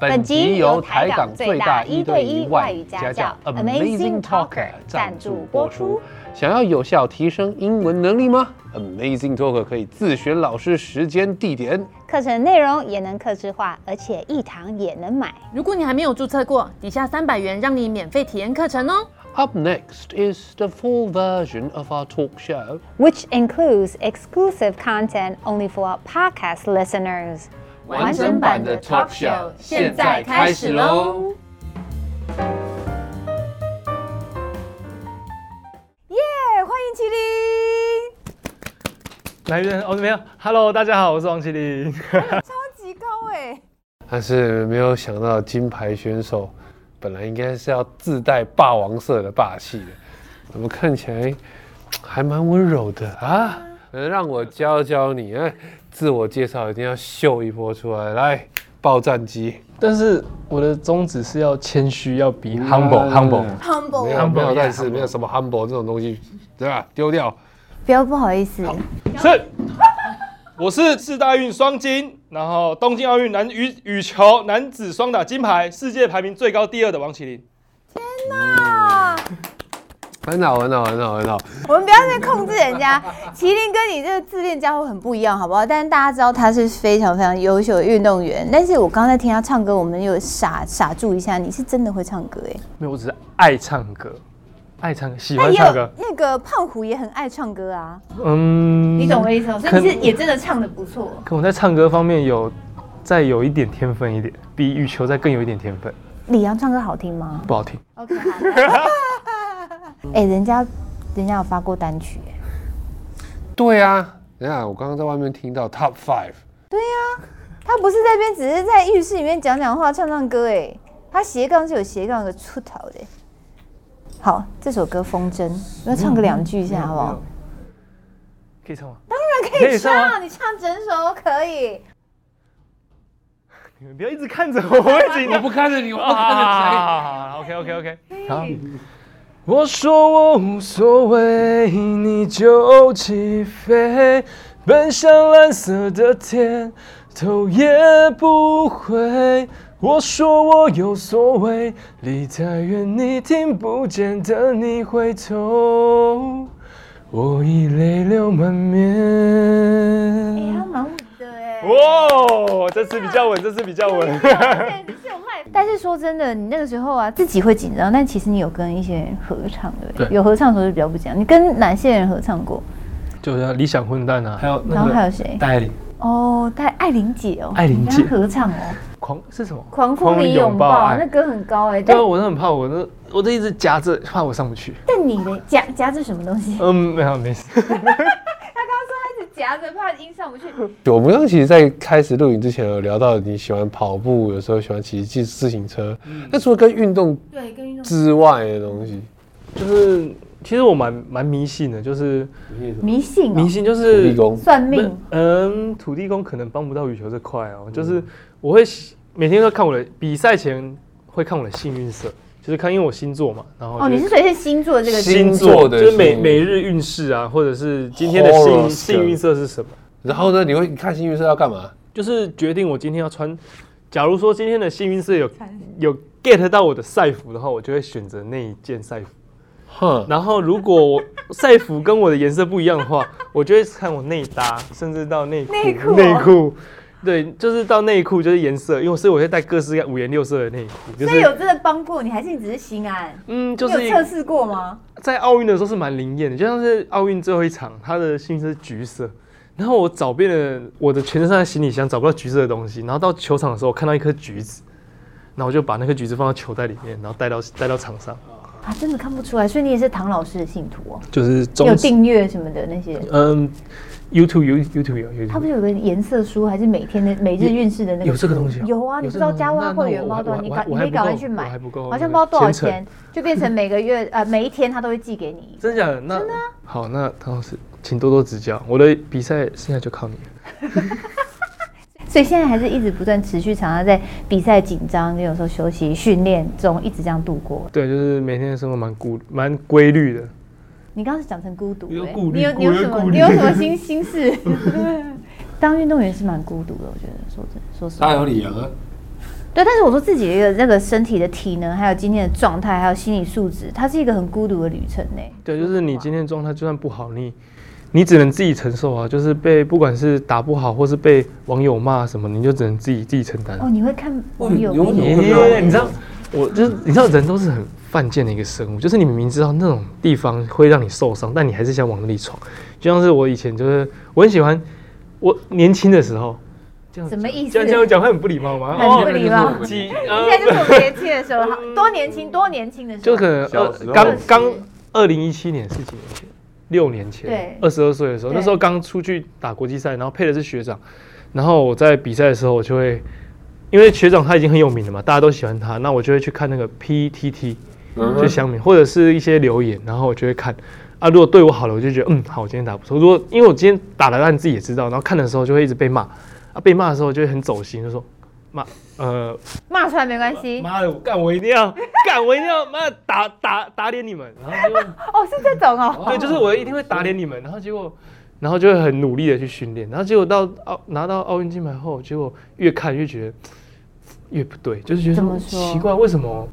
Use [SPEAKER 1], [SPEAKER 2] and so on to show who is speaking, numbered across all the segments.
[SPEAKER 1] 本集由台港最大一对一外语家教 Amazing Talker 赞助播出。想要有效提升英文能力吗？Amazing Talker 可以自选老师、时间、地点。
[SPEAKER 2] 课程内容也能客制化，而且一堂也能买。
[SPEAKER 3] 如果你还没有注册过，底下三百元让你免费体验课程哦。
[SPEAKER 1] Up next is the full version of our talk show.
[SPEAKER 2] which includes exclusive content only for podcast listeners.
[SPEAKER 3] 完整版的 talk show 现在开始喽！
[SPEAKER 4] 哎
[SPEAKER 2] 耶，欢迎麒麟，
[SPEAKER 5] 来源哦没有，Hello，大家好，我是王麒麟。
[SPEAKER 2] 超级高哎！
[SPEAKER 1] 但是没有想到，金牌选手本来应该是要自带霸王色的霸气的，怎么看起来还蛮温柔的啊？能让我教教你啊！自我介绍一定要秀一波出来，来爆战机
[SPEAKER 5] 但是我的宗旨是要谦虚，要比
[SPEAKER 1] ，humble humble，
[SPEAKER 2] humble
[SPEAKER 1] 没有没有，但是没有什么 humble 这种东西，对吧？丢掉。
[SPEAKER 2] 不要不好意思，
[SPEAKER 5] 是，我是四大运双金，然后东京奥运男羽羽球男子双打金牌，世界排名最高第二的王麒麟。
[SPEAKER 1] 很好，很好，很好，很好。
[SPEAKER 4] 我们不要再控制人家。 麒麟跟你这个自恋家伙很不一样，好不好？但是大家知道他是非常非常优秀的运动员。但是我刚才听他唱歌，我们有傻傻住一下，你是真的会唱歌哎、
[SPEAKER 5] 没有，我只是爱唱歌，爱唱歌，喜
[SPEAKER 4] 那
[SPEAKER 5] 欢
[SPEAKER 4] 也
[SPEAKER 5] 唱歌
[SPEAKER 4] 有。那个胖虎也很爱唱歌啊，
[SPEAKER 5] 嗯，
[SPEAKER 4] 你懂我意思吗？所
[SPEAKER 5] 可
[SPEAKER 4] 以你是也真的唱的不错。
[SPEAKER 5] 可我在唱歌方面有再有一点天分一点，比羽球再更有一点天分，
[SPEAKER 4] 李阳唱歌好听吗？
[SPEAKER 5] 不好听。
[SPEAKER 4] 哎、人家人家有发过单曲、哎，
[SPEAKER 1] 对啊，等一下我刚刚在外面听到 Top Five，
[SPEAKER 4] 他不是在那边，只是在浴室里面讲讲话、唱唱歌哎、他斜杠是有斜杠的出头的、哎好，这首歌《风筝》，那唱个两句一下好不好？
[SPEAKER 5] 可以唱吗？
[SPEAKER 4] 可以
[SPEAKER 5] 唱啊
[SPEAKER 4] 唱，你唱整首都可以。
[SPEAKER 5] 你们不要一直看着我，我一直
[SPEAKER 1] 我不看着你，我不看着你。
[SPEAKER 5] 啊，OK OK OK，好。我说我无所谓，你就起飞，奔向蓝色的天，头也不回。我说我有所谓，离太远你听不见，等你回头，我已泪流满面。
[SPEAKER 4] 蛮稳的哎
[SPEAKER 5] 哇，哦这次比较稳，这次比较稳。
[SPEAKER 4] 但哎是说真的，你那个时候啊，自己会紧张，但其实你有跟一些人合唱，对不对？
[SPEAKER 5] 对
[SPEAKER 4] 有合唱的时候就比较不紧张。你跟哪些人合唱过？
[SPEAKER 5] 就像理想混蛋啊，还有
[SPEAKER 4] 然后还有谁？
[SPEAKER 5] 戴琳，
[SPEAKER 4] 哦，带艾琳姐哦，
[SPEAKER 5] 艾琳姐
[SPEAKER 4] 跟她合唱哦，
[SPEAKER 5] 狂是什么？
[SPEAKER 4] 《狂风里拥抱》那歌很高哎，
[SPEAKER 5] 对
[SPEAKER 4] 但
[SPEAKER 5] 啊，我都很怕，我都我都一直夹着，怕我上不去。
[SPEAKER 4] 但你的夹夹着什么东西？
[SPEAKER 5] 嗯，没有没事。
[SPEAKER 4] 夹着怕音上不去。
[SPEAKER 1] 我们刚刚其实，在开始录影之前有聊到你喜欢跑步，有时候喜欢骑自自行车。那除了跟运动
[SPEAKER 4] 嗯对，跟运动
[SPEAKER 1] 之外的东西，
[SPEAKER 5] 就是其实我蛮蛮迷信的，就是
[SPEAKER 4] 迷信哦
[SPEAKER 5] 迷，信就
[SPEAKER 1] 土
[SPEAKER 5] 是
[SPEAKER 1] 地公，
[SPEAKER 4] 算
[SPEAKER 5] 不是
[SPEAKER 4] 命，
[SPEAKER 5] 嗯，土地公可能帮不到羽球这块哦，就是我会喜每天都看我的比赛前会看我的幸运色，就是看因为我星座嘛，然后
[SPEAKER 4] 哦，
[SPEAKER 5] 就
[SPEAKER 4] 你是随是星座这个
[SPEAKER 1] 星座的
[SPEAKER 5] 就是每
[SPEAKER 1] 幸运
[SPEAKER 5] 每日运势啊，或者是今天的幸
[SPEAKER 1] Horoscope
[SPEAKER 5] 幸运色是什么，
[SPEAKER 1] 然后呢，你会你看幸运色要干嘛？
[SPEAKER 5] 就是决定我今天要穿。假如说今天的幸运 色有有 get 到我的赛服的话，我就会选择那一件赛服。
[SPEAKER 1] 哼，
[SPEAKER 5] 然后如果我赛服跟我的颜色不一样的话，我就会看我内搭，甚至到内裤内裤哦对，就是到内裤就是颜色，因为所以我会带各式各样五颜六色的内裤，就
[SPEAKER 4] 所以有
[SPEAKER 5] 是
[SPEAKER 4] 真的帮过你，还是你只是心安？
[SPEAKER 5] 嗯，就
[SPEAKER 4] 你有
[SPEAKER 5] 是
[SPEAKER 4] 测试过吗？
[SPEAKER 5] 在奥运的时候是蛮灵验的，就像是奥运最后一场，它的幸运色是橘色，然后我找遍了我的全身上下行李箱找不到橘色的东西，然后到球场的时候我看到一颗橘子，然后我就把那颗橘子放到球袋里面，然后带到带到场上，
[SPEAKER 4] 啊，真的看不出来，所以你也是唐老师的信徒哦，
[SPEAKER 5] 就是
[SPEAKER 4] 你
[SPEAKER 5] 中
[SPEAKER 4] 有订阅什么的那些。
[SPEAKER 5] 嗯，YouTube 有 YouTube 有 YouTube，
[SPEAKER 4] 他不是有个颜色书，还是每天的每日运势的那个？
[SPEAKER 5] 有这个东西啊
[SPEAKER 4] 有啊，
[SPEAKER 5] 有
[SPEAKER 4] 你不知
[SPEAKER 5] 这个
[SPEAKER 4] 道
[SPEAKER 5] 东西
[SPEAKER 4] 加
[SPEAKER 5] 那
[SPEAKER 4] 挖
[SPEAKER 5] 那
[SPEAKER 4] 会员
[SPEAKER 5] 我
[SPEAKER 4] 包
[SPEAKER 5] 还
[SPEAKER 4] 多少？你
[SPEAKER 5] 我
[SPEAKER 4] 赶
[SPEAKER 5] 还
[SPEAKER 4] 你
[SPEAKER 5] 我
[SPEAKER 4] 可
[SPEAKER 5] 还
[SPEAKER 4] 以
[SPEAKER 5] 不
[SPEAKER 4] 赶快
[SPEAKER 5] 够
[SPEAKER 4] 去
[SPEAKER 5] 我还
[SPEAKER 4] 买
[SPEAKER 5] 不够，
[SPEAKER 4] 好像不知道多少
[SPEAKER 5] 虔诚
[SPEAKER 4] 钱，就变成每个 月呃每一天他都会寄给你。
[SPEAKER 5] 真假的？那好，那唐老师，请多多指教。我的比赛剩下就靠你了。
[SPEAKER 4] 所以现在还是一直不断持续，常常在比赛紧张，有时候休息训练中一直这样度过。
[SPEAKER 5] 对，就是每天的生活蛮固、蛮规律的。
[SPEAKER 4] 你刚刚是讲成孤独、
[SPEAKER 5] 你要
[SPEAKER 4] 欸
[SPEAKER 5] 顾虑
[SPEAKER 4] 你有
[SPEAKER 5] 顾
[SPEAKER 4] 你有
[SPEAKER 5] 虑
[SPEAKER 4] 什么
[SPEAKER 5] 顾虑
[SPEAKER 4] 你有什么心 心事？当运动员是蛮孤独的，我觉得说真说实
[SPEAKER 1] 当然
[SPEAKER 4] 话，
[SPEAKER 1] 有理由啊。
[SPEAKER 4] 对。但是我说自己的一个这个身体的体能，还有今天的状态，还有心理素质，它是一个很孤独的旅程呢、
[SPEAKER 5] 对，就是你今天状态就算不好，你你只能自己承受啊，就是被不管是打不好，或是被网友骂什么，你就只能自己自己承担啊。
[SPEAKER 4] 哦，你会看网友
[SPEAKER 1] 有
[SPEAKER 4] 吗？
[SPEAKER 1] 你
[SPEAKER 5] 耶
[SPEAKER 1] 会
[SPEAKER 4] 哦
[SPEAKER 1] 骂我
[SPEAKER 5] 你知道，我就是你知道，人都是很犯贱的一个生物，就是你明明知道那种地方会让你受伤，但你还是想往那里闯。就像是我以前就是我很喜欢，我年轻的时候，这样
[SPEAKER 4] 什么意思
[SPEAKER 5] 这样这样讲会很不礼貌吗？
[SPEAKER 4] 很不礼貌
[SPEAKER 5] 哦 几
[SPEAKER 4] 现在就是我年轻的时候，好多年轻，多年轻的时候，
[SPEAKER 5] 就可能
[SPEAKER 1] 小
[SPEAKER 5] 呃
[SPEAKER 1] 时候
[SPEAKER 5] 刚刚二零一七年是几年前，六年前
[SPEAKER 4] 对，
[SPEAKER 5] 二十二岁的时候，
[SPEAKER 4] 对
[SPEAKER 5] 那时候刚出去打国际赛，然后配的是学长，然后我在比赛的时候，我就会因为学长他已经很有名了嘛，大家都喜欢他，那我就会去看那个 PTT，
[SPEAKER 1] 嗯
[SPEAKER 5] 就香米或者是一些留言，然后我就会看。啊，如果对我好了，我就觉得嗯，好，我今天打不错。如果因为我今天打了，让自己也知道，然后看的时候就会一直被骂，啊，被骂的时候就会很走心，就说骂，呃，
[SPEAKER 4] 骂出来没关系。
[SPEAKER 5] 妈的，我干，我一定要干，我一定要妈的打打打脸你们，然后就
[SPEAKER 4] 哦，是这种哦。
[SPEAKER 5] 对，就是我一定会打脸你们，然后结果，然后就会很努力的去训练，然后结果到奥拿到奥运金牌后，结果越看越觉得越不对，就是觉得
[SPEAKER 4] 怎么说
[SPEAKER 5] 奇怪，为什么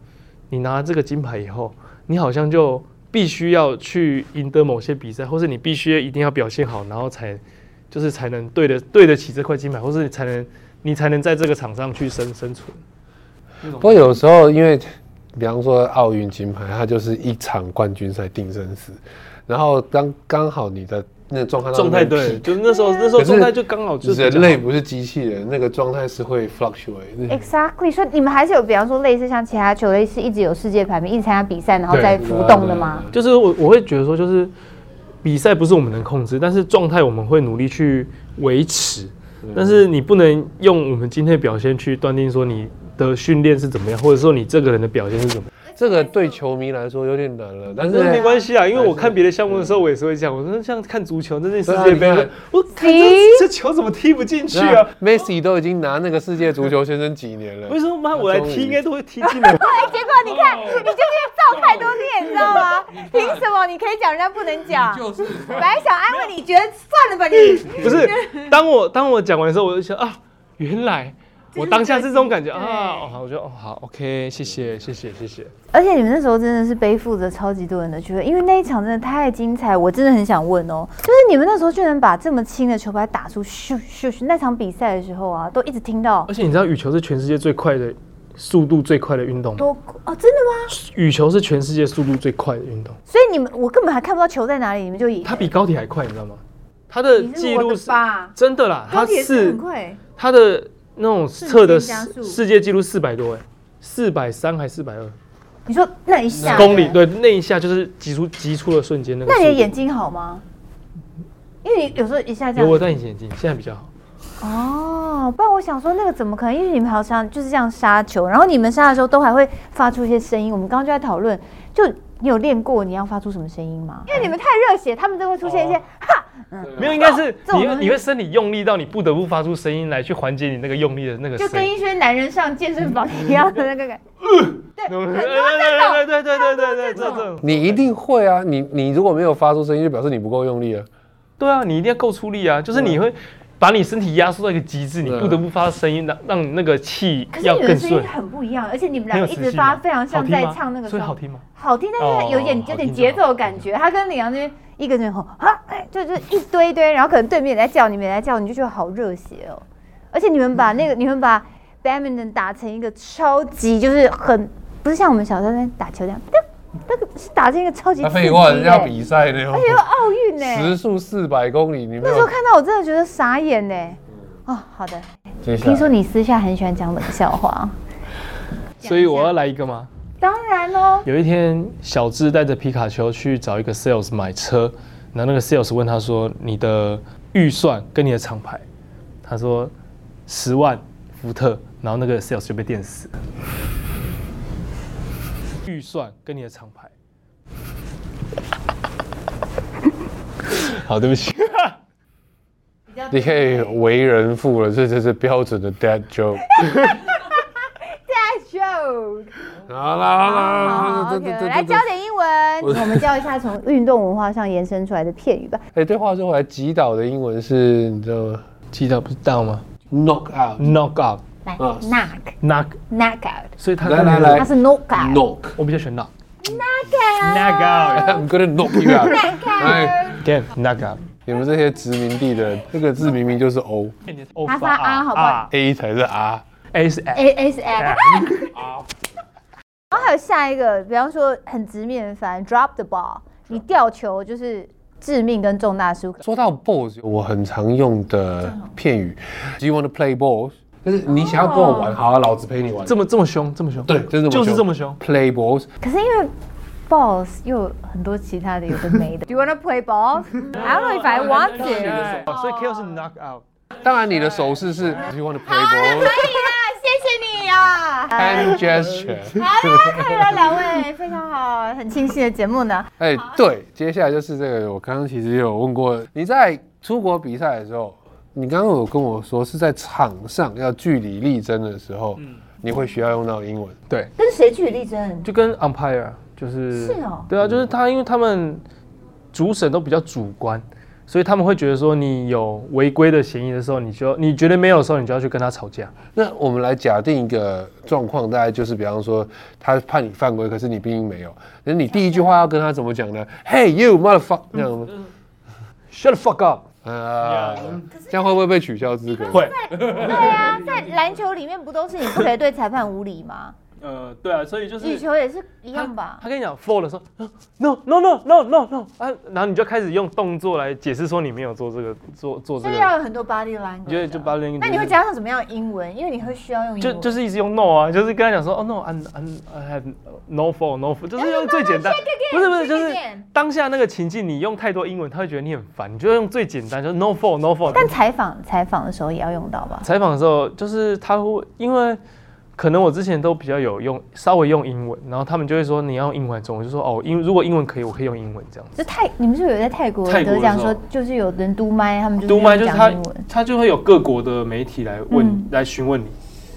[SPEAKER 5] 你拿这个金牌以后，你好像就必须要去赢得某些比赛，或是你必须一定要表现好，然后才就是才能对得对得起这块金牌，或是你才能你才能在这个场上去生生存。
[SPEAKER 1] 不过有时候因为，比方说奥运金牌，它就是一场冠军赛定生死，然后刚刚好你的那个状态
[SPEAKER 5] 状态对，就那时候那时候
[SPEAKER 1] 可是
[SPEAKER 5] 状态就刚好就比较
[SPEAKER 1] 人
[SPEAKER 5] 好
[SPEAKER 1] 类不是机器人，那个状态是会
[SPEAKER 4] 哎
[SPEAKER 1] fluctuate。
[SPEAKER 4] Exactly，所以你们还是有，比方说类似像其他球类是一直有世界排名，一直参加比赛，然后
[SPEAKER 5] 对
[SPEAKER 4] 再浮动的吗？
[SPEAKER 5] 就是我我会觉得说，就是比赛不是我们能控制，但是状态我们会努力去维持。
[SPEAKER 1] 嗯
[SPEAKER 5] 但是你不能用我们今天的表现去断定说你的训练是怎么样，或者说你这个人的表现是怎么样。
[SPEAKER 1] 这个对球迷来说有点难了，但
[SPEAKER 5] 但是没
[SPEAKER 1] 是
[SPEAKER 5] 关系啊，因为我看别的项目的时候，我也是会这样。我说像看足球，那那世界
[SPEAKER 1] 对啊你
[SPEAKER 5] 杯
[SPEAKER 1] 看，
[SPEAKER 5] 我看这这球怎么踢不进去啊？
[SPEAKER 1] ，Messi 都已经拿那个世界足球先生几年了
[SPEAKER 5] 为，什么妈我来
[SPEAKER 1] 终于
[SPEAKER 5] 踢应该都会踢进的？
[SPEAKER 4] 结果你看，
[SPEAKER 3] 哦
[SPEAKER 4] 你就是造太多孽，你知道吗？凭什么你可以讲，人家不能讲？
[SPEAKER 3] 就是
[SPEAKER 4] 本来想安慰你，觉得算了吧你。
[SPEAKER 5] 不是，当我当我讲完的时候，我就想啊，原来我当下是这种感觉啊，哦好，我就哦好，OK，谢谢，谢谢，谢谢。
[SPEAKER 4] 而且你们那时候真的是背负着超级多人的聚会，因为那一场真的太精彩，我真的很想问哦，就是你们那时候居然把这么轻的球拍打出咻咻咻，那场比赛的时候啊，都一直听到
[SPEAKER 5] 而且你知道羽球是全世界最快的速度最快的运动吗？
[SPEAKER 4] 多哦，真的吗？
[SPEAKER 5] 羽球是全世界速度最快的运动，
[SPEAKER 4] 所以你们我根本还看不到球在哪里，你们就赢。
[SPEAKER 5] 它比高铁还快，你知道吗？它的记录是
[SPEAKER 4] 吧？
[SPEAKER 5] 真的啦，它
[SPEAKER 4] 高铁是
[SPEAKER 5] 是
[SPEAKER 4] 很快，
[SPEAKER 5] 它的那种测的
[SPEAKER 4] 瞬间加速
[SPEAKER 5] 世界纪录四百多哎，四百三还四百二
[SPEAKER 4] 你说那一下
[SPEAKER 5] 公里，对，那一下就是急出急出的瞬间那个
[SPEAKER 4] 那
[SPEAKER 5] 速度。
[SPEAKER 4] 你的眼睛好吗？因为你有时候一下这
[SPEAKER 5] 有我
[SPEAKER 4] 样
[SPEAKER 5] 戴隐形眼镜，现在比较好。
[SPEAKER 4] 哦，不然我想说那个怎么可能？因为你们好像就是这样杀球，然后你们杀的时候都还会发出一些声音。我们刚刚就在讨论，就你有练过你要发出什么声音吗？因为你们太热血，他们就会出现一些、
[SPEAKER 5] 哦
[SPEAKER 4] 哈，
[SPEAKER 5] 没有，应该是
[SPEAKER 4] 哦这种
[SPEAKER 5] 你
[SPEAKER 4] 东西
[SPEAKER 5] 你会身体用力到你不得不发出声音来去缓解你那个用力的那个
[SPEAKER 4] 就
[SPEAKER 5] 声
[SPEAKER 4] 跟
[SPEAKER 5] 音。
[SPEAKER 4] 一些男人上健身房一样的那个感觉。对，
[SPEAKER 5] 对
[SPEAKER 4] 很多这种
[SPEAKER 5] 对对对对对对
[SPEAKER 4] 这种
[SPEAKER 5] 对，
[SPEAKER 1] 你一定会啊！你你如果没有发出声音，就表示你不够用力了。
[SPEAKER 5] 对啊，你一定要够出力啊，就是你会把你身体压缩到一个极致，你
[SPEAKER 1] 对啊
[SPEAKER 5] 不得不发声音，让让你那个气
[SPEAKER 4] 可是
[SPEAKER 5] 要
[SPEAKER 4] 你们
[SPEAKER 5] 更
[SPEAKER 4] 声音
[SPEAKER 5] 顺。
[SPEAKER 4] 很不一样，而且你们
[SPEAKER 5] 很
[SPEAKER 4] 俩
[SPEAKER 5] 有
[SPEAKER 4] 一
[SPEAKER 5] 磁
[SPEAKER 4] 直
[SPEAKER 5] 性吗
[SPEAKER 4] 发，非常像
[SPEAKER 5] 好听
[SPEAKER 4] 在
[SPEAKER 5] 吗
[SPEAKER 4] 唱那个
[SPEAKER 5] 所以好
[SPEAKER 4] 双
[SPEAKER 5] 听吗？
[SPEAKER 4] 好听，但
[SPEAKER 5] 哦
[SPEAKER 4] 是有点
[SPEAKER 5] 好
[SPEAKER 4] 有点
[SPEAKER 5] 听
[SPEAKER 4] 节
[SPEAKER 5] 好
[SPEAKER 4] 奏的感觉。他跟李阳那边一个人吼啊，哎就就是一堆一堆，然后可能对面也在叫，你们也在叫，你就觉得好热血哦。而且你们把
[SPEAKER 5] 嗯
[SPEAKER 4] 那个你们把 badminton 打成一个超级，就是很不是像我们小时候在打球这样，噔那个是打成一个超级
[SPEAKER 1] 那
[SPEAKER 4] 刺
[SPEAKER 1] 啊废
[SPEAKER 4] 激
[SPEAKER 1] 话，人家
[SPEAKER 4] 的，
[SPEAKER 1] 比赛呢，
[SPEAKER 4] 还有奥运
[SPEAKER 1] 时
[SPEAKER 4] 呢。
[SPEAKER 1] 速四百公里，你没
[SPEAKER 4] 那时候
[SPEAKER 1] 有？
[SPEAKER 4] 看到我真的觉得傻眼呢。
[SPEAKER 1] 嗯
[SPEAKER 4] 哦，好的，
[SPEAKER 1] 接下
[SPEAKER 4] 听说
[SPEAKER 1] 来
[SPEAKER 4] 你私下很喜欢讲冷笑话，
[SPEAKER 5] 所以我要来一个吗？
[SPEAKER 4] 当然喽。
[SPEAKER 5] 有一天，小智带着皮卡丘去找一个 sales 买车，然后那个 sales 问他说：“你的预算跟你的厂牌？”他说：“十万福特。”然后那个 sales 就被电死了。 预算跟你的厂牌。好，对不起。
[SPEAKER 1] 你可以为人父了，这就是标准的 dad joke。
[SPEAKER 4] 太 show
[SPEAKER 2] road。
[SPEAKER 1] 好啦好啦
[SPEAKER 4] 好
[SPEAKER 1] 好
[SPEAKER 4] 好
[SPEAKER 1] 啦，
[SPEAKER 4] 好
[SPEAKER 1] 对对
[SPEAKER 4] ，OK，
[SPEAKER 1] 对
[SPEAKER 4] 来
[SPEAKER 1] 对对
[SPEAKER 4] 教。点英文，我们教一下从运动文化上延伸出来的片语吧。
[SPEAKER 1] 哎，对，话说回来，击倒的英文是你知道吗
[SPEAKER 5] 击倒不是倒吗
[SPEAKER 1] ？knock out。
[SPEAKER 5] ？Knock out，knock，
[SPEAKER 2] 来
[SPEAKER 1] 嗯
[SPEAKER 2] ，knock knock out，
[SPEAKER 5] 所以他
[SPEAKER 1] 来
[SPEAKER 5] 刚才
[SPEAKER 1] 来来
[SPEAKER 2] 它是 knock out。
[SPEAKER 1] knock。
[SPEAKER 5] 我比较喜欢 knock，knock
[SPEAKER 1] I'm gonna knock you out。哎，
[SPEAKER 5] out，again，knock out。
[SPEAKER 1] 你们这些殖民地的人，这个字明明就是 O，
[SPEAKER 5] 他
[SPEAKER 2] 它发 R 好不好
[SPEAKER 1] ？A 才是 R。
[SPEAKER 5] ？A 是 A，
[SPEAKER 2] A S F。
[SPEAKER 4] 然后还有下一个，比方说很直面的翻 drop the ball，你吊球就是致命跟重大失误。
[SPEAKER 1] 说到 balls，我很常用的
[SPEAKER 5] 哦
[SPEAKER 1] 片语，Do you want to play balls？就是你想要跟我玩，好啊，老子陪你玩。
[SPEAKER 5] 哦这么这么凶，这么凶，
[SPEAKER 1] 对，就是
[SPEAKER 5] 就是这么凶。
[SPEAKER 1] Play balls，
[SPEAKER 2] 可是因为 balls 又有很多其他的，有的没的
[SPEAKER 4] Do。you wanna play ball? I don't know if I want to。
[SPEAKER 5] 所以 KO 是 knock out。
[SPEAKER 1] 当然你的手势是 Do you want to play balls？
[SPEAKER 4] 可以啦，谢谢你啊！
[SPEAKER 1] Hand gesture。
[SPEAKER 4] 好啦，可以了，两位非常好，很清晰的节目呢。
[SPEAKER 1] 哎，对，接下来就是这个，我刚刚其实有问过，你在出国比赛的时候，你刚刚有跟我说是在场上要据理力争的时候，你会需要用到英文。
[SPEAKER 5] 嗯对，
[SPEAKER 2] 跟谁据理力争？
[SPEAKER 5] 就跟 umpire 就是
[SPEAKER 2] 是哦
[SPEAKER 5] 对啊，就是他，因为他们主审都比较主观，所以他们会觉得说你有违规的嫌疑的时候，你就你觉得没有的时候，你就要去跟他吵架。
[SPEAKER 1] 那我们来假定一个状况，大概就是比方说他判你犯规，可是你并没有，那你第一句话要跟他怎么讲呢？Hey you motherfucker，这样吗？
[SPEAKER 5] Shut the fuck up！
[SPEAKER 1] 啊，这样会不会被取消资格？
[SPEAKER 5] 会，
[SPEAKER 4] 对啊，在篮球里面不都是你不可以对裁判无礼吗？
[SPEAKER 5] 呃，对啊，所以就
[SPEAKER 4] 羽球也是一样吧？
[SPEAKER 5] 他跟你讲 foul 的时候啊，no no no no no no 啊，然后你就开始用动作来解释说你没有做这个做做这
[SPEAKER 4] 所以
[SPEAKER 5] 个，
[SPEAKER 4] 要有很多 body language 啊。
[SPEAKER 5] 你就就把那个
[SPEAKER 4] 那你会加上什么样的英文？因为你会需要用英
[SPEAKER 5] 就
[SPEAKER 4] 文。
[SPEAKER 5] 就是一直用 no 啊，就是跟他讲说哦 no I'm I'm I have no for no for，就是用最简单，不是不是，就是当下那个情境，你用太多英文，他会觉得你很烦，你就用最简单，就是 no for no for。
[SPEAKER 4] 但采访采访的时候也要用到吧？
[SPEAKER 5] 采访的时候，就是他会因为可能我之前都比较有用，稍微用英文，然后他们就会说你要用英文还是中文，我就说哦英如果英文可以，我可以用英文这样。
[SPEAKER 4] 就泰，你们是不是有在泰国
[SPEAKER 5] 泰国的
[SPEAKER 4] 得奖
[SPEAKER 5] 时候
[SPEAKER 4] 说，就是有人嘟麦，他们就是
[SPEAKER 5] 读麦就是
[SPEAKER 4] 用
[SPEAKER 5] 他
[SPEAKER 4] 讲英文，。
[SPEAKER 5] 他就会有各国的媒体来问、
[SPEAKER 4] 嗯
[SPEAKER 5] 来询问你。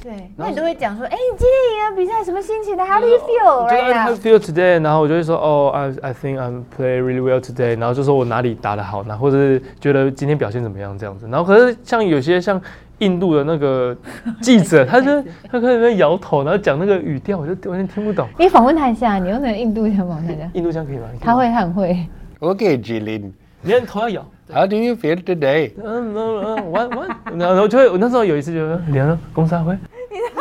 [SPEAKER 4] 对，那你都会讲说，哎，你今天赢了比赛，什么心情呢？How do you
[SPEAKER 5] 我
[SPEAKER 4] feel
[SPEAKER 5] 就 I
[SPEAKER 4] right now？
[SPEAKER 5] feel today，然后我就会说哦、i I think I'm play really well today，然后就说我哪里打得好，然后或者是觉得今天表现怎么样这样子。然后可是像有些像印度的 那个记者，他就他可能摇头，然后讲那个语调，我就完全听不懂。
[SPEAKER 2] 你访问他一下，你用那个印度腔访问他一下，
[SPEAKER 5] 印度腔可以吗？你可以
[SPEAKER 2] 他
[SPEAKER 5] 吗，
[SPEAKER 2] 会他很会。
[SPEAKER 1] OK Jilin，
[SPEAKER 5] 你的头要摇。
[SPEAKER 1] How do you feel today？
[SPEAKER 5] 嗯嗯嗯，我我，然后就会我那时候有一次就连了公沙辉，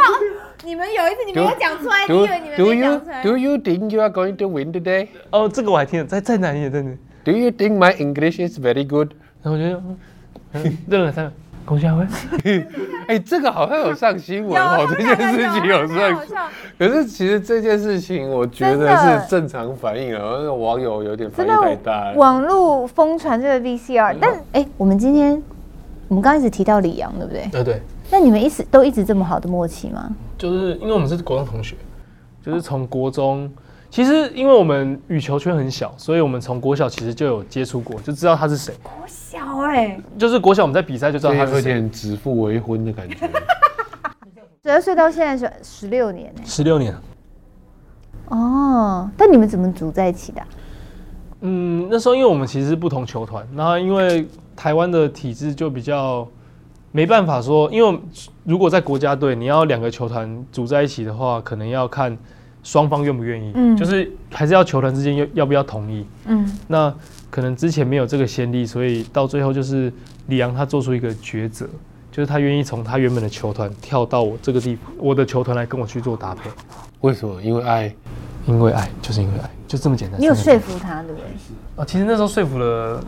[SPEAKER 4] 你们有一次你没有讲出来，你
[SPEAKER 1] Do
[SPEAKER 4] 以为你们
[SPEAKER 1] do
[SPEAKER 4] 没
[SPEAKER 1] you
[SPEAKER 4] 讲出来？
[SPEAKER 1] do you think you are going to win today?
[SPEAKER 5] 哦，这个我还听得在在哪里在哪里，
[SPEAKER 1] Do you think my English is very good?
[SPEAKER 5] 然后我就嗯嗯认了三个龚沙辉，
[SPEAKER 1] 哎、这个好像有上新闻哦，这件事情有上新。
[SPEAKER 4] 笑。
[SPEAKER 1] 可是其实这件事情，我觉
[SPEAKER 4] 真
[SPEAKER 1] 得
[SPEAKER 4] 的
[SPEAKER 1] 是正常反应啊，然后那个网友有点反
[SPEAKER 4] 真
[SPEAKER 1] 应太
[SPEAKER 4] 的
[SPEAKER 1] 大了。
[SPEAKER 4] 网络疯传这个
[SPEAKER 5] 嗯
[SPEAKER 4] VCR，但哎、我们今天我们刚刚一直提到李阳，对不对？
[SPEAKER 5] 对对。
[SPEAKER 4] 那你们一直都一直这么好的默契吗？
[SPEAKER 5] 就是因为我们是国中同学，就是从国中，其实因为我们羽球圈很小，所以我们从国小其实就有接触过，就知道他是谁。
[SPEAKER 4] 小哎、
[SPEAKER 5] 就是国小我们在比赛就知道
[SPEAKER 1] 这
[SPEAKER 5] 他
[SPEAKER 1] 有
[SPEAKER 5] 是谁。
[SPEAKER 1] 点指腹为婚的感觉。
[SPEAKER 4] 十二岁到现在是十六年哎、
[SPEAKER 5] 十六年，
[SPEAKER 4] 哦，但你们怎么组在一起的啊、
[SPEAKER 5] 嗯，那时候因为我们其实是不同球团，然后因为台湾的体制就比较没办法说，因为我们如果在国家队你要两个球团组在一起的话，可能要看双方愿不愿意，
[SPEAKER 4] 嗯
[SPEAKER 5] 就是还是要球团之间要要不要同意。
[SPEAKER 4] 嗯，
[SPEAKER 5] 那可能之前没有这个先例，所以到最后就是李阳他做出一个抉择，就是他愿意从他原本的球团跳到我这个地我的球团来跟我去做搭配，
[SPEAKER 1] 为什么？因为爱。
[SPEAKER 5] 因为爱就是因为爱，就这么简单。
[SPEAKER 4] 你有
[SPEAKER 5] 这么
[SPEAKER 4] 说
[SPEAKER 5] 简
[SPEAKER 4] 服他对不对？
[SPEAKER 5] 单哦？其实那时候说服了，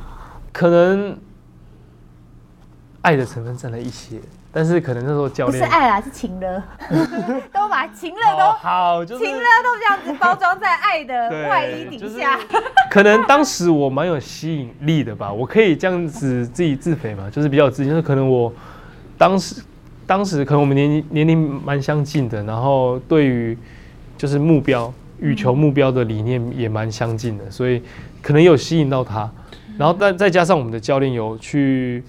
[SPEAKER 5] 可能爱的成分占了一些，但是可能那时候教
[SPEAKER 4] 不
[SPEAKER 5] 练
[SPEAKER 4] 是爱啦，是情 了，都把情
[SPEAKER 5] 好
[SPEAKER 4] 了
[SPEAKER 5] 好就
[SPEAKER 4] 都
[SPEAKER 5] 是
[SPEAKER 4] 情了都这样子包装在爱的
[SPEAKER 5] 对
[SPEAKER 4] 外衣底下。
[SPEAKER 5] 就是可能当时我蛮有吸引力的吧，我可以这样子自己自肥嘛，就是比较有自信，就是可能我当时当时可能我们年龄年龄蛮相近的，然后对于就是目标羽球目标的理念也蛮相近的，所以可能有吸引到他，然后但再加上我们的教练有去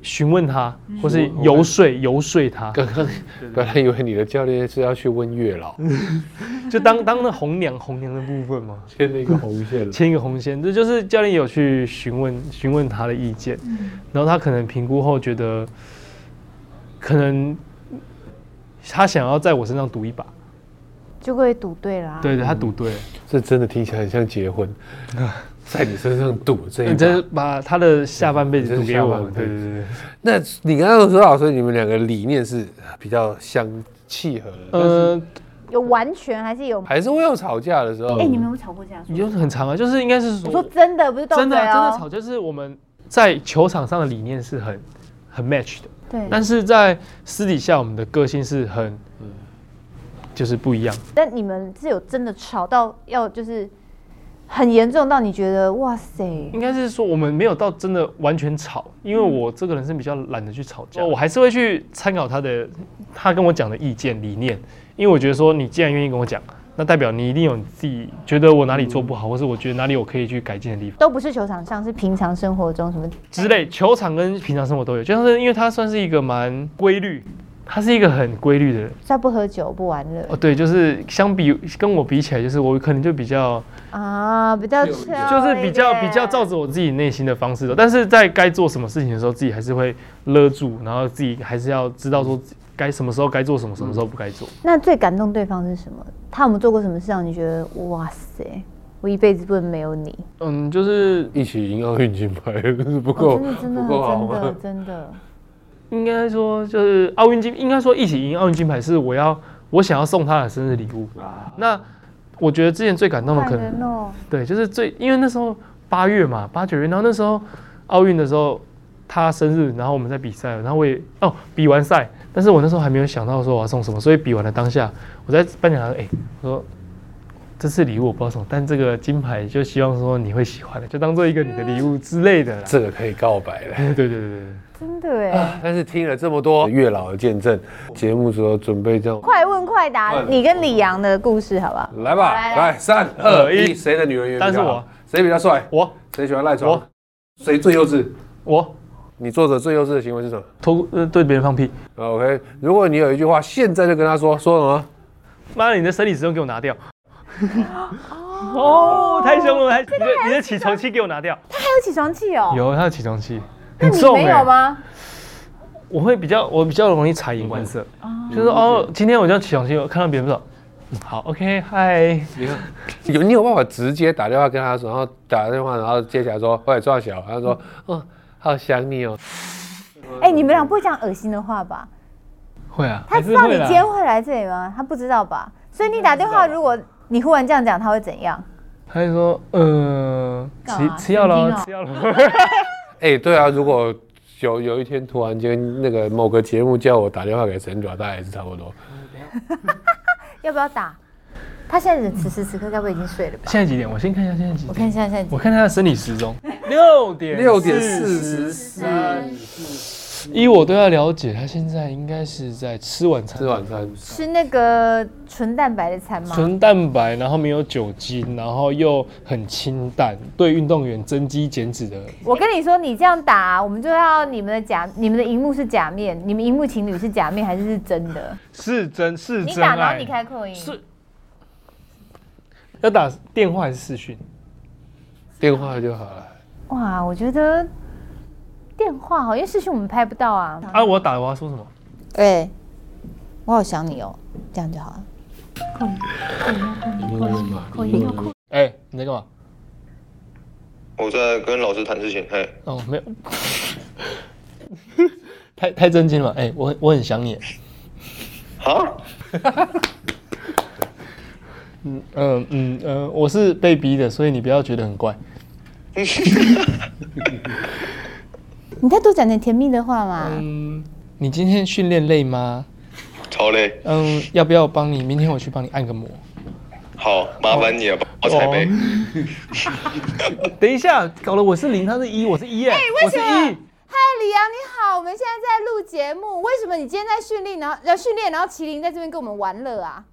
[SPEAKER 5] 询问他，或是游说游说他。
[SPEAKER 1] 刚刚本来以为你的教练是要去问月 老，
[SPEAKER 5] 就当当那红娘红娘的部分嘛，
[SPEAKER 1] 牵了一个红线了。
[SPEAKER 5] 牵一个红线，这就是教练有去询问询问他的意见，
[SPEAKER 2] 嗯
[SPEAKER 5] 然后他可能评估后觉得，可能他想要在我身上赌一把，
[SPEAKER 2] 啊
[SPEAKER 4] 就会赌对啊啦。
[SPEAKER 5] 对对，他
[SPEAKER 1] 嗯
[SPEAKER 5] 赌对了，
[SPEAKER 1] 这真的听起来很像结婚，在你身上赌这一
[SPEAKER 5] 真
[SPEAKER 1] 把
[SPEAKER 5] 是。把他的下半辈子赌给我。
[SPEAKER 1] 真是下半辈
[SPEAKER 5] 对
[SPEAKER 1] 子
[SPEAKER 5] 对对，
[SPEAKER 1] 那你刚刚说老师，你们两个理念是比较相契合的，但是
[SPEAKER 5] 呃，
[SPEAKER 2] 有完全还是有？
[SPEAKER 1] 还是会有吵架的时候。
[SPEAKER 2] 哎、你们有吵过架？
[SPEAKER 5] 有很长啊，嗯就是应该是
[SPEAKER 2] 我说真的，不是斗嘴
[SPEAKER 5] 真的啊真
[SPEAKER 2] 哦
[SPEAKER 5] 的吵，就是我们在球场上的理念是很很 match 的，
[SPEAKER 2] 对，
[SPEAKER 5] 但是在私底下我们的个性是很
[SPEAKER 1] 嗯
[SPEAKER 5] 就是不一样。
[SPEAKER 4] 但你们是有真的吵到要就是很严重到你觉得哇塞，
[SPEAKER 5] 应该是说我们没有到真的完全吵，因为我这个人是比较懒得去吵架，我还是会去参考他的他跟我讲的意见理念，因为我觉得说你既然愿意跟我讲，那代表你一定有你自己觉得我哪里做不好，或是我觉得哪里我可以去改进的地方
[SPEAKER 4] 都不是球场上，是平常生活中什么
[SPEAKER 5] 之类。球场跟平常生活都有，就像是因为他算是一个蛮规律，他是一个很规律的人。
[SPEAKER 4] 他不喝酒不玩乐
[SPEAKER 5] 哦，对，就是相比跟我比起来，就是我可能就比较，
[SPEAKER 4] 啊，比较
[SPEAKER 5] 就是比较比较照着我自己内心的方式走，但是在该做什么事情的时候，自己还是会勒住，然后自己还是要知道说自己该什么时候该做什么，什么时候不该做。
[SPEAKER 4] 那最感动对方是什么？他有没有做过什么事让你觉得哇塞，我一辈子不能没有你？
[SPEAKER 5] 嗯，就是
[SPEAKER 1] 一起赢奥运金牌不
[SPEAKER 4] 哦
[SPEAKER 1] 够、
[SPEAKER 4] 真的真的
[SPEAKER 1] 不够好
[SPEAKER 4] 真的
[SPEAKER 1] 吗？
[SPEAKER 4] 真的，
[SPEAKER 5] 应该说就是奥运金，应该说一起赢奥运金牌是我要我想要送他的生日礼物。那我觉得之前最感动的
[SPEAKER 4] 感
[SPEAKER 5] 可能
[SPEAKER 4] 人哦，
[SPEAKER 5] 对，就是最因为那时候八月嘛，八九月，然后那时候奥运的时候他生日，然后我们在比赛，然后我也哦比完赛，但是我那时候还没有想到说我要送什么，所以比完了当下，我在颁奖台哎、我说这次礼物我不知道送，但这个金牌就希望说你会喜欢的，就当做一个你的礼物之类的 啦。
[SPEAKER 1] 这个可以告白了。
[SPEAKER 5] 对对对对对。
[SPEAKER 4] 真的
[SPEAKER 5] 啊
[SPEAKER 4] 哎。
[SPEAKER 1] 但是听了这么多月老的见证，节目组有准备这样，
[SPEAKER 4] 快问快答，你跟李阳的故事好不好？
[SPEAKER 1] 来吧，来三二一，谁的女人缘？
[SPEAKER 5] 但是我，
[SPEAKER 1] 谁比较帅？
[SPEAKER 5] 我
[SPEAKER 1] 谁喜欢赖床
[SPEAKER 5] 我？
[SPEAKER 1] 谁最幼稚？
[SPEAKER 5] 我
[SPEAKER 1] 你做的最幼稚的行为是什么
[SPEAKER 5] 偷呃对别人放屁，
[SPEAKER 1] 啊？OK，如果你有一句话，现在就跟他说，说什么？
[SPEAKER 5] 妈的你的生理时钟给我拿掉。哦，太凶了，还你的你的起床气给我拿掉。
[SPEAKER 4] 他有起床气哦，
[SPEAKER 5] 有，他的起床气
[SPEAKER 4] 那
[SPEAKER 5] 很
[SPEAKER 4] 你
[SPEAKER 5] 重
[SPEAKER 4] 没
[SPEAKER 5] 欸
[SPEAKER 4] 有吗？
[SPEAKER 5] 我会比较，我比较容易察言观色，就是说哦，今天我就要起床气，我看到别人不爽，嗯好，OK，嗨，
[SPEAKER 1] 你看，有你有办法直接打电话跟他说，然后打电话，然后接起来说，喂，壮小，他说，
[SPEAKER 5] 嗯
[SPEAKER 1] 哦，好想你哦。
[SPEAKER 4] 哎，你们俩不会讲恶心的话吧？
[SPEAKER 5] 会啊，
[SPEAKER 4] 他知道你今天会来这里吗？他不知道吧？所以你打电话，如果你忽然这样讲，他会怎样？
[SPEAKER 5] 他就说，呃，
[SPEAKER 4] 干嘛
[SPEAKER 5] 吃吃
[SPEAKER 4] 神
[SPEAKER 5] 药
[SPEAKER 4] 经
[SPEAKER 5] 了
[SPEAKER 4] 哦，
[SPEAKER 5] 吃药了，
[SPEAKER 1] 哎、对啊，如果有有一天突然间那个某个节目叫我打电话给沈爪，大概也是差不多。
[SPEAKER 4] 要不要打？他现在人此时此刻该不会已经睡了吧？
[SPEAKER 5] 现在几点？我先看一下现在几
[SPEAKER 4] 我
[SPEAKER 5] 点，
[SPEAKER 4] 看一下现在几
[SPEAKER 5] 我看他的生理时钟，六点
[SPEAKER 1] 六点四十三，
[SPEAKER 5] 依我对他了解，他现在应该是在吃晚餐，
[SPEAKER 1] 吃晚餐。
[SPEAKER 4] 吃那个纯蛋白的餐吗？
[SPEAKER 5] 纯蛋白，然后没有酒精，然后又很清淡，对运动员增肌减脂的
[SPEAKER 4] 我跟你说，你这样打，我们就要你们的假，你们的荧幕是假面，你们荧幕情侣是假面还是是真的？
[SPEAKER 5] 是真是
[SPEAKER 4] 你
[SPEAKER 5] 真
[SPEAKER 4] 打然后
[SPEAKER 5] 爱
[SPEAKER 4] 你。开扩音，
[SPEAKER 5] 是要打电话还是视讯？
[SPEAKER 1] 电话就好了。
[SPEAKER 4] 哇，我觉得电话好，因为视讯我们拍不到啊。
[SPEAKER 5] 啊，我打我要说什么？
[SPEAKER 4] 哎、我好想你哦，这样就好了。
[SPEAKER 5] 哎、你在干嘛？
[SPEAKER 6] 我在跟老师谈事情，嘿，
[SPEAKER 5] 哦，没有， 太太震惊了。哎、我我很想你。
[SPEAKER 6] 哈，
[SPEAKER 5] 嗯嗯嗯嗯，我是被逼的，所以你不要觉得很怪。
[SPEAKER 4] 你再多讲点甜蜜的话嘛。
[SPEAKER 5] 嗯，你今天训练累吗？
[SPEAKER 6] 超累，
[SPEAKER 5] 嗯，要不要帮你？明天我去帮你按个摩。
[SPEAKER 6] 好，麻烦你了，帮
[SPEAKER 5] 哦
[SPEAKER 6] 我踩背。
[SPEAKER 5] 等一下，搞得我是零，他是一，我是一耶、
[SPEAKER 4] 哎
[SPEAKER 5] 我是一。
[SPEAKER 4] 嗨，李阳你好，我们现在在录节目，为什么你今天在训练，然后要训练，然后麒麟在这边跟我们玩乐啊？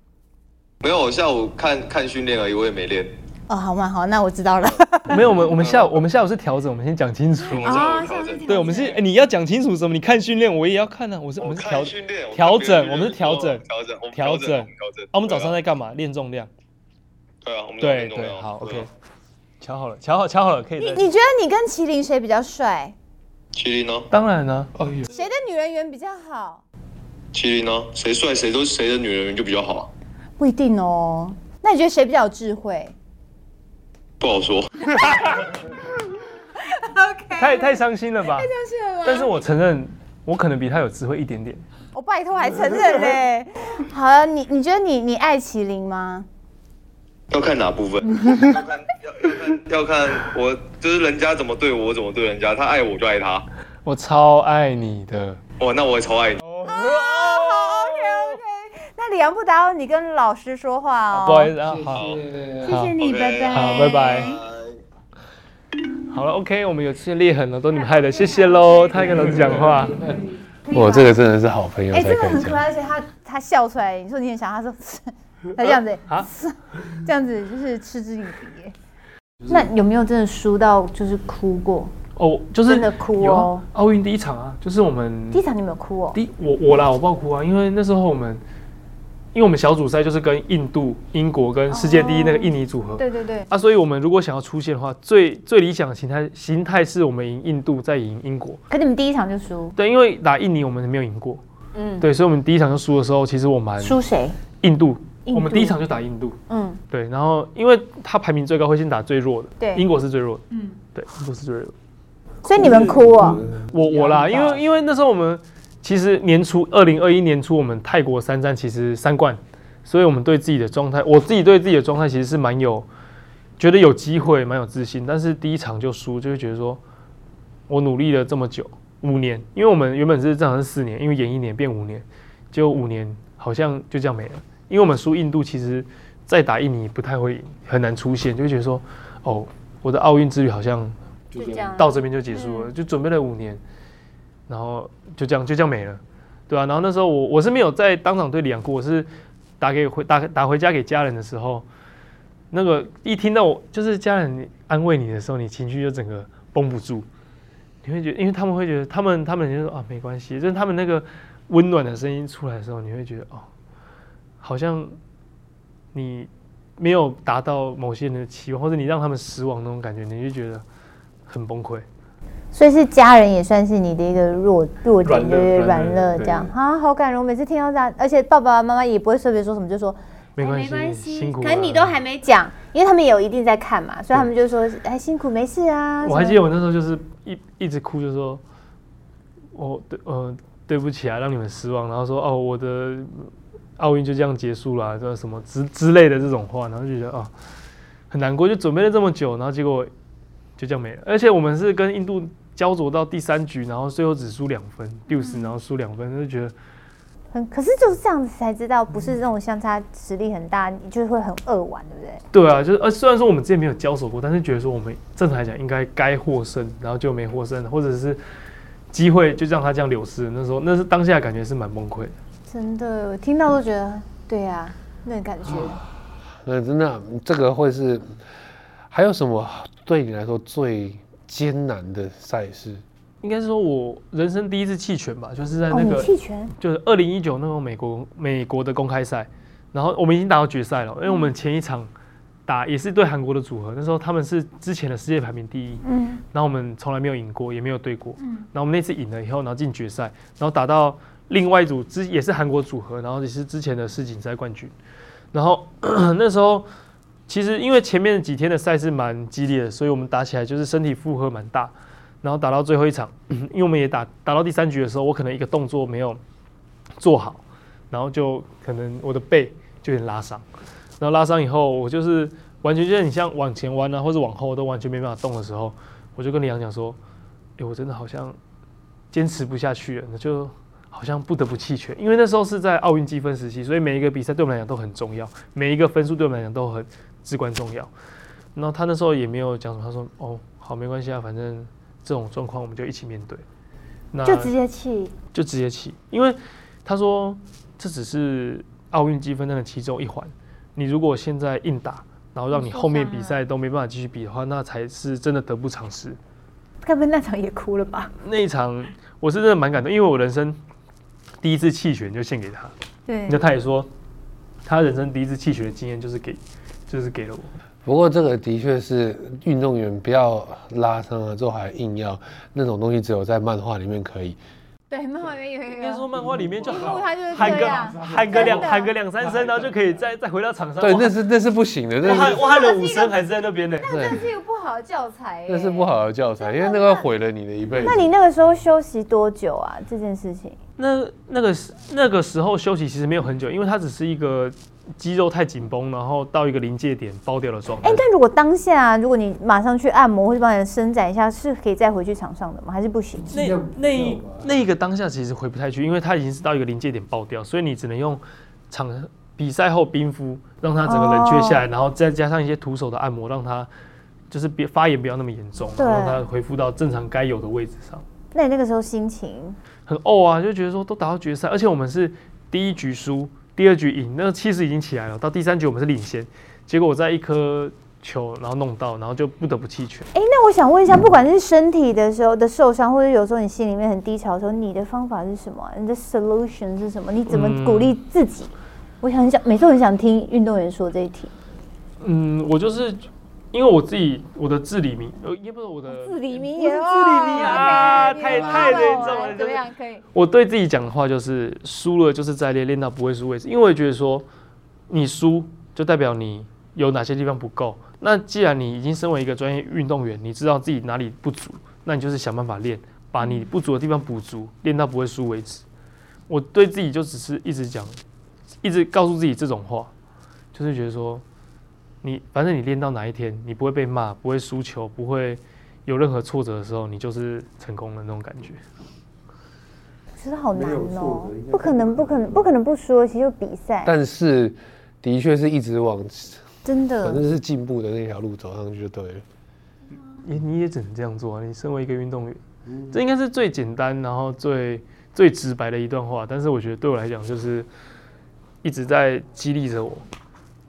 [SPEAKER 6] 没有，我下午看看训练而已，我也没练。
[SPEAKER 4] 哦，好嘛，好，那我知道了。
[SPEAKER 5] 没有，我们我们下午我们下午是调整，我们先讲清楚。
[SPEAKER 4] 哦
[SPEAKER 6] 我们这有调整。
[SPEAKER 5] 对，我们是、哎你要讲清楚什么？你看训练，我也要看啊。我是我
[SPEAKER 6] 我
[SPEAKER 5] 们是调
[SPEAKER 6] 看训练，
[SPEAKER 5] 调
[SPEAKER 6] 看别人
[SPEAKER 5] 整，我们是调整。
[SPEAKER 6] 啊调整，我们
[SPEAKER 5] 调整
[SPEAKER 6] 调整，我们调整。
[SPEAKER 5] 啊，我们早上在干嘛？练重量。
[SPEAKER 6] 对啊，我们早上
[SPEAKER 5] 对
[SPEAKER 6] 运动
[SPEAKER 5] 对，
[SPEAKER 6] 量
[SPEAKER 5] 好
[SPEAKER 6] 对
[SPEAKER 5] ，OK
[SPEAKER 6] 啊。
[SPEAKER 5] 瞧好了，瞧好，瞧好了，可以
[SPEAKER 4] 你
[SPEAKER 5] 再。
[SPEAKER 4] 你觉得你跟麒麟谁比较帅？
[SPEAKER 6] 麒麟呢？
[SPEAKER 5] 当然呢、哎呦，
[SPEAKER 4] 谁的女人缘比较好？
[SPEAKER 6] 麒麟呢？谁帅谁都谁的女人缘就比较好啊，
[SPEAKER 4] 不一定哦。那你觉得谁比较有智慧？
[SPEAKER 6] 不好说。
[SPEAKER 5] 太太伤心了吧？
[SPEAKER 4] 是吗？
[SPEAKER 5] 但是我承认，我可能比他有智慧一点点。
[SPEAKER 4] 我哦拜托还承认嘞。 好了，你你觉得你你爱麒麟吗？
[SPEAKER 6] 要看 哪部分？要看要要看要看我，就是人家怎么对我，我怎么对人家。他爱我就爱他，
[SPEAKER 5] 我超爱你的。
[SPEAKER 6] 哇，那我也超爱你。
[SPEAKER 5] 哦
[SPEAKER 4] OK，那李阳不打扰你跟老师说话哦。
[SPEAKER 5] 不好意思啊，好，
[SPEAKER 6] 好，
[SPEAKER 1] 谢
[SPEAKER 5] 好
[SPEAKER 2] 谢谢你，
[SPEAKER 6] OK，
[SPEAKER 2] 拜拜。
[SPEAKER 5] 好，拜拜。好了，OK，我们有这些裂痕了，都你们害的，谢谢喽。他还跟老师讲话，
[SPEAKER 4] 嗯
[SPEAKER 1] 我哦这个真的是好朋友
[SPEAKER 4] 哎、
[SPEAKER 1] 才
[SPEAKER 4] 真的
[SPEAKER 1] 可以
[SPEAKER 4] 很可
[SPEAKER 1] 讲。
[SPEAKER 4] 爱，而且他他笑出来，你说你很想，他说他这样子、
[SPEAKER 5] 啊
[SPEAKER 4] 这样子就是嗤之以鼻耶。那有没有真的输到就是哭过？
[SPEAKER 5] 哦，就是
[SPEAKER 4] 真的哭哦
[SPEAKER 5] 有啊。奥运第一场啊，就是我们
[SPEAKER 4] 第一场你有没有哭哦？
[SPEAKER 5] 第我我啦，我爆哭啊，因为那时候我们，因为我们小组赛就是跟印度、英国跟世界第一那
[SPEAKER 4] 哦
[SPEAKER 5] 个印尼组合。
[SPEAKER 4] 对对对，
[SPEAKER 5] 啊，所以我们如果想要出线的话，最最理想的形态形态是我们赢印度，再赢英国。
[SPEAKER 4] 可你们第一场就输，
[SPEAKER 5] 对，因为打印尼我们没有赢过，
[SPEAKER 4] 嗯，
[SPEAKER 5] 对，所以我们第一场就输的时候，其实我蛮
[SPEAKER 4] 输谁？
[SPEAKER 5] 印度，
[SPEAKER 4] 印
[SPEAKER 5] 我们
[SPEAKER 4] 度
[SPEAKER 5] 第一场就打印度，
[SPEAKER 4] 嗯，
[SPEAKER 5] 对，然后因为他排名最高，会先打最弱的，
[SPEAKER 4] 对
[SPEAKER 5] 英国是最弱的，嗯，对，英国是最弱的。
[SPEAKER 4] 所以你们哭哦。
[SPEAKER 5] 我我啦，因为因为那时候我们其实年初二零二一年初我们泰国三战其实三冠，所以我们对自己的状态，我自己对自己的状态其实是蛮有觉得有机会，蛮有自信，但是第一场就输，就会觉得说我努力了这么久五年，因为我们原本是正常是四年，因为延一年变五年，结果五年好像就这样没了，因为我们输印度其实再打印尼不太会赢，很难出现，就会觉得说哦我的奥运之旅好像
[SPEAKER 1] 就
[SPEAKER 4] 这样嗯
[SPEAKER 5] 到这边就结束了，就准备了五年，然后就这样就这样没了，对啊，然后那时候我我是没有在当场对李阳哭，我是打给回打打回家给家人的时候，那个一听到我就是家人安慰你的时候，你情绪就整个绷不住，你会觉得，因为他们会觉得他们他们就说啊没关系，就是他们那个温暖的声音出来的时候，你会觉得哦，好像你没有达到某些人的期望，或者你让他们失望那种感觉，你就觉得很崩
[SPEAKER 4] 哦
[SPEAKER 5] 溃。
[SPEAKER 4] 所以是家人也算是你的一个弱弱
[SPEAKER 5] 软
[SPEAKER 4] 点，
[SPEAKER 5] 肋
[SPEAKER 4] 就是
[SPEAKER 5] 软
[SPEAKER 4] 软
[SPEAKER 5] 肋
[SPEAKER 4] 肋
[SPEAKER 5] 对
[SPEAKER 4] 这样啊，好感人。我每次听到这样，而且爸爸妈妈也不会特别说什么，就说
[SPEAKER 5] 没关
[SPEAKER 4] 没
[SPEAKER 5] 系，
[SPEAKER 4] 关
[SPEAKER 5] 辛
[SPEAKER 4] 系，
[SPEAKER 5] 苦、
[SPEAKER 4] 可能你都还。没讲，因为他们也有一定在看嘛，所以他们就说哎辛苦没事啊。
[SPEAKER 5] 我
[SPEAKER 4] 什
[SPEAKER 5] 还
[SPEAKER 4] 么
[SPEAKER 5] 记得我那时候就是一一直哭，就说，我对呃对不起啊，让你们失望，然后说哦我的奥运就这样结束了、啊这什么之之类的这种话，然后就觉得哦很难过，就准备了这么久，然后结果就这样没了。而且我们是跟印度焦灼到第三局，然后最后只输两分，六
[SPEAKER 4] 嗯
[SPEAKER 5] 十然后输两分，就觉得
[SPEAKER 4] 很，可是就是这样子才知道，不是这种相差实力很大，你就会很扼腕，对不对？
[SPEAKER 5] 对啊，就是呃，虽然说我们之前没有交手过，但是觉得说我们正常来讲应该该获胜，然后就没获胜，或者是机会就让他这样流失。那时候那是当下感觉是蛮崩溃的。
[SPEAKER 4] 真的，我听到都觉得，对啊，那个感觉。
[SPEAKER 1] 哦
[SPEAKER 3] 哦
[SPEAKER 1] 那真的啊，这个会是还有什么对你来说最艰难的赛事？
[SPEAKER 5] 应该是说我人生第一次弃权吧，就是在
[SPEAKER 4] 哦，
[SPEAKER 5] 那
[SPEAKER 4] 你
[SPEAKER 5] 个、
[SPEAKER 4] 弃权，
[SPEAKER 5] 就是二零一九那个美国美国的公开赛，然后我们已经打到决赛了，因为我们前一场打也是对韩国的组合，那时候他们是之前的世界排名第一，
[SPEAKER 4] 嗯，
[SPEAKER 5] 然后我们从来没有赢过，也没有对过。嗯，然后我们那次赢了以后，然后进决赛，然后打到另外一组之也是韩国组合，然后也是之前的世锦赛冠军。然后 那时候其实因为前面几天的赛事蛮激烈的，所以我们打起来就是身体负荷蛮大。然后打到最后一场， 因为我们也打打到第三局的时候，我可能一个动作没有做好，然后就可能我的背就有点拉伤。然后拉伤以后，我就是完全就是你像往前弯啊，或者往后都完全没办法动的时候，我就跟李阳讲说：“哎、我真的好像坚持不下去了，那就好像不得不弃权。因为那时候是在奥运积分时期，所以每一个比赛对我们来讲都很重要，每一个分数对我们来讲都很至关重要。然后他那时候也没有讲什么，他说：‘哦，好，没关系啊，反正这种状况我们就一起面对。’那
[SPEAKER 1] 呃
[SPEAKER 4] 就直 接弃。
[SPEAKER 5] 就直接起，因为他说这只是奥运积分战的其中一环，你如果现在硬打，然后让你后面比赛都没办法继续比的话，那才是真的得不偿失。
[SPEAKER 4] 该不会那场也哭了吧？
[SPEAKER 5] 那一场我是真的蛮感动，因为我人生第一次弃权就献给他。
[SPEAKER 4] 对
[SPEAKER 5] 那他也说，他人生第一次弃权的经验就是给，就是给了我。
[SPEAKER 1] 不过这个的确是运动员不要拉伤了之后还硬要那种东西，只有在漫画里面可以。
[SPEAKER 4] 对，漫画里面有一
[SPEAKER 5] 应该说
[SPEAKER 4] 个，
[SPEAKER 5] 漫画里面就
[SPEAKER 4] 一幕
[SPEAKER 5] 好，
[SPEAKER 4] 他就是
[SPEAKER 5] 喊
[SPEAKER 4] 这
[SPEAKER 5] 个
[SPEAKER 4] 样，
[SPEAKER 5] 喊个两
[SPEAKER 4] 真的啊
[SPEAKER 5] 喊个两三声，然后就可以再再回到场上。
[SPEAKER 1] 对，
[SPEAKER 5] 我
[SPEAKER 1] 那是那是不行的，
[SPEAKER 5] 我
[SPEAKER 1] 那
[SPEAKER 5] 喊
[SPEAKER 1] 是
[SPEAKER 5] 我喊了五声，还是在那边呢。
[SPEAKER 1] 对，
[SPEAKER 4] 这是一个不好的教材耶，
[SPEAKER 1] 那是不好的教材，因为那个毁了你的一辈子
[SPEAKER 3] 那。你那个时候休息多久啊？这件事情
[SPEAKER 5] 那那个时那个时候休息其实没有很久，因为它只是一个肌肉太紧绷，然后到一个临界点爆掉的状态
[SPEAKER 1] 呃
[SPEAKER 3] 哎、。但如果当下、如果你马上去按摩或者帮你伸展一下，是可以再回去场上的吗？还是不行？
[SPEAKER 5] 那那一那一个当下其实回不太去，因为它已经是到一个临界点爆掉，所以你只能用场比赛后冰敷让它整个冷却
[SPEAKER 3] 哦
[SPEAKER 5] 下来，然后再加上一些徒手的按摩，让它就是别发炎不要那么严重，
[SPEAKER 3] 对
[SPEAKER 5] 让它恢复到正常该有的位置上。
[SPEAKER 3] 那你那个时候心情
[SPEAKER 5] 很怄啊，就觉得说都打到决赛，而且我们是第一局输，第二局赢，那个气势已经起来了，到第三局我们是领先，结果我在一颗球然后弄到，然后就不得不弃权。
[SPEAKER 3] 哎、那我想问一下，不管是身体的时候的受伤，或者有时候你心里面很低潮的时候，你的方法是什么啊？你的 solution 是什么？你怎么鼓励自己？我想很想，每次都很想听运动员说这一题。
[SPEAKER 5] 嗯，我就是因为我自己我的自理名，呃，也不是我的
[SPEAKER 4] 自理名
[SPEAKER 5] 不是
[SPEAKER 4] 言
[SPEAKER 5] 自
[SPEAKER 4] 哦
[SPEAKER 5] 理名言啊，太太严重了，
[SPEAKER 4] 怎
[SPEAKER 5] 就
[SPEAKER 4] 么
[SPEAKER 5] 是
[SPEAKER 4] 样？可以，
[SPEAKER 5] 我对自己讲的话就是输了就是再练，练到不会输为止。因为我觉得说你输就代表你有哪些地方不够。那既然你已经身为一个专业运动员，你知道自己哪里不足，那你就是想办法练，把你不足的地方补足，练到不会输为止。我对自己就只是一直讲，一直告诉自己这种话，就是觉得说你反正你练到哪一天，你不会被骂，不会输球，不会有任何挫折的时候，你就是成功的那种感觉。
[SPEAKER 3] 我觉得好难
[SPEAKER 7] 没有挫
[SPEAKER 3] 哦
[SPEAKER 7] 折应、该
[SPEAKER 3] 不可能，不可能，不可能不说，其实就比赛，
[SPEAKER 1] 但是的确是一直往反
[SPEAKER 3] 真的
[SPEAKER 1] 正是进步的那条路走上去就对了。
[SPEAKER 5] 也你也只能这样做啊！你身为一个运动员，这应该是最简单，然后最最直白的一段话。但是我觉得对我来讲，就是一直在激励着我。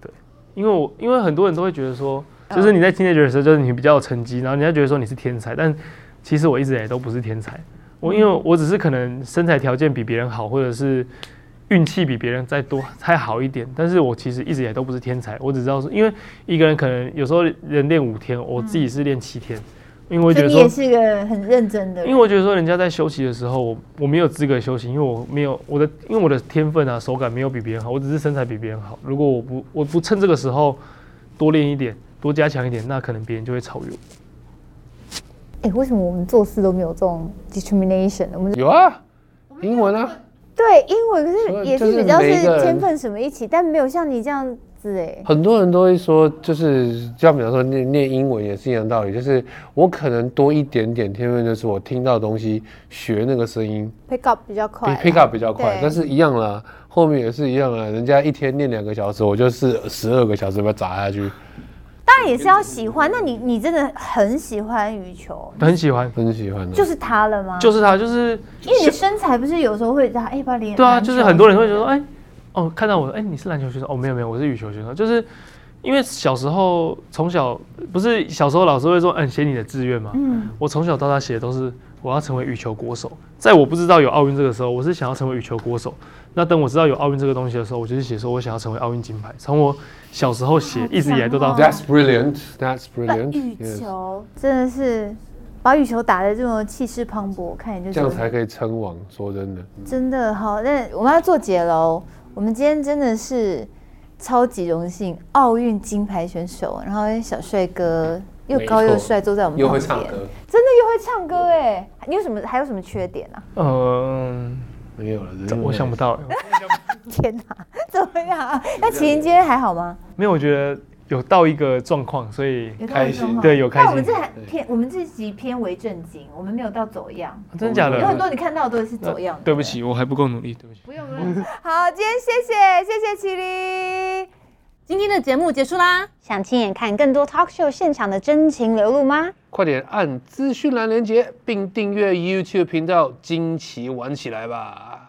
[SPEAKER 5] 对，因为我因为很多人都会觉得说，就是你在 teenager 的时候，就是你比较有成绩，然后人家觉得说你是天才，但其实我一直也都不是天才。我因为我只是可能身材条件比别人好，或者是运气比别人再多再好一点，但是我其实一直也都不是天才，我只知道说，因为一个人可能有时候人练五天，我自己是练七天，因为我觉
[SPEAKER 3] 所以
[SPEAKER 4] 嗯
[SPEAKER 3] 你
[SPEAKER 5] 得
[SPEAKER 3] 也
[SPEAKER 5] 说，
[SPEAKER 3] 是个很认真的
[SPEAKER 5] 因为
[SPEAKER 3] 人。
[SPEAKER 5] 我觉得说人家在休息的时候，我我没有资格休息，因为我没有我的因为我的天分啊手感没有比别人好，我只是身材比别人好。如果我不我不趁这个时候多练一点，多加强一点，那可能别人就会超越我。
[SPEAKER 3] 哎、为什么我们做事都没有这种 determination？我们
[SPEAKER 1] 有啊，英文啊，
[SPEAKER 3] 对英文可
[SPEAKER 1] 所
[SPEAKER 3] 是
[SPEAKER 1] 以
[SPEAKER 3] 也
[SPEAKER 1] 就是
[SPEAKER 3] 是比较
[SPEAKER 1] 每
[SPEAKER 3] 是
[SPEAKER 1] 一个人
[SPEAKER 3] 天分什么一起，但没有像你这样子哎、
[SPEAKER 1] 很多人都会说，就是像比方说念念英文也是一样道理，就是我可能多一点点天分，就是我听到东西学那个声音
[SPEAKER 4] pick up 比较
[SPEAKER 1] 比
[SPEAKER 4] 快啦
[SPEAKER 1] pick up 比较快
[SPEAKER 4] 对，
[SPEAKER 1] 但是一样啦，后面也是一样啦，人家一天念两个小时，我就是十二个小时把它砸下去，
[SPEAKER 3] 当然也是要喜欢。那你你真的很喜欢羽球，
[SPEAKER 5] 很喜欢，
[SPEAKER 1] 很喜欢的。啊
[SPEAKER 3] 就是它了吗？
[SPEAKER 5] 就是他，就是
[SPEAKER 3] 因为你的身材不是有时候会哎把脸
[SPEAKER 5] 对啊，就是很多人会觉得说，哎、哦，看到我，哎、你是篮球选手？哦，没有没有，我是羽球选手。就是因为小时候从小不是小时候老师会说，嗯、写你的志愿嘛。嗯，我从小到大写的都是我要成为羽球国手。在我不知道有奥运这个时候，我是想要成为羽球国手。那等我知道有奥运这个东西的时候，我就是写说我想要成为奥运金牌。从我小时候写，一直以来都到
[SPEAKER 3] 哦
[SPEAKER 1] That's brilliant. That's
[SPEAKER 3] 那
[SPEAKER 1] brilliant.
[SPEAKER 3] 羽
[SPEAKER 1] yes
[SPEAKER 4] 哦
[SPEAKER 3] 球真的是把羽球打得这么气势磅礴，看你就
[SPEAKER 1] 这
[SPEAKER 3] 觉
[SPEAKER 1] 样
[SPEAKER 3] 得
[SPEAKER 1] 才可以称王。说真的，
[SPEAKER 4] 嗯
[SPEAKER 3] 真的好。那
[SPEAKER 4] 我们要做结喽。我们今天真的是超级荣幸，奥运金牌选手，然后小帅哥又高又帅，坐在我们旁边，真的又会唱歌哎！
[SPEAKER 3] 你有什么还有什么缺点啊？
[SPEAKER 5] 嗯、
[SPEAKER 1] 没有了。人
[SPEAKER 5] 我想不到、哎
[SPEAKER 4] 天哪，怎么 样？那麒麟今天还好吗？
[SPEAKER 5] 没有，我觉得有到一个状况，所以
[SPEAKER 1] 开心。
[SPEAKER 5] 对有开
[SPEAKER 3] 那我们，
[SPEAKER 5] 心
[SPEAKER 3] 这还偏，我们这集偏为正经，我们没有到走样。
[SPEAKER 5] 真的假的？
[SPEAKER 3] 有很多你看到的都是走样的。
[SPEAKER 5] 呃对不起，我还不够努力，对不起。
[SPEAKER 4] 好，今天谢谢谢谢麒麟，今天的节目结束啦。
[SPEAKER 2] 想亲眼看更多 talk show 现场的真情流露吗？
[SPEAKER 1] 快点按资讯栏连接，并订阅 YouTube 频道，惊奇玩起来吧！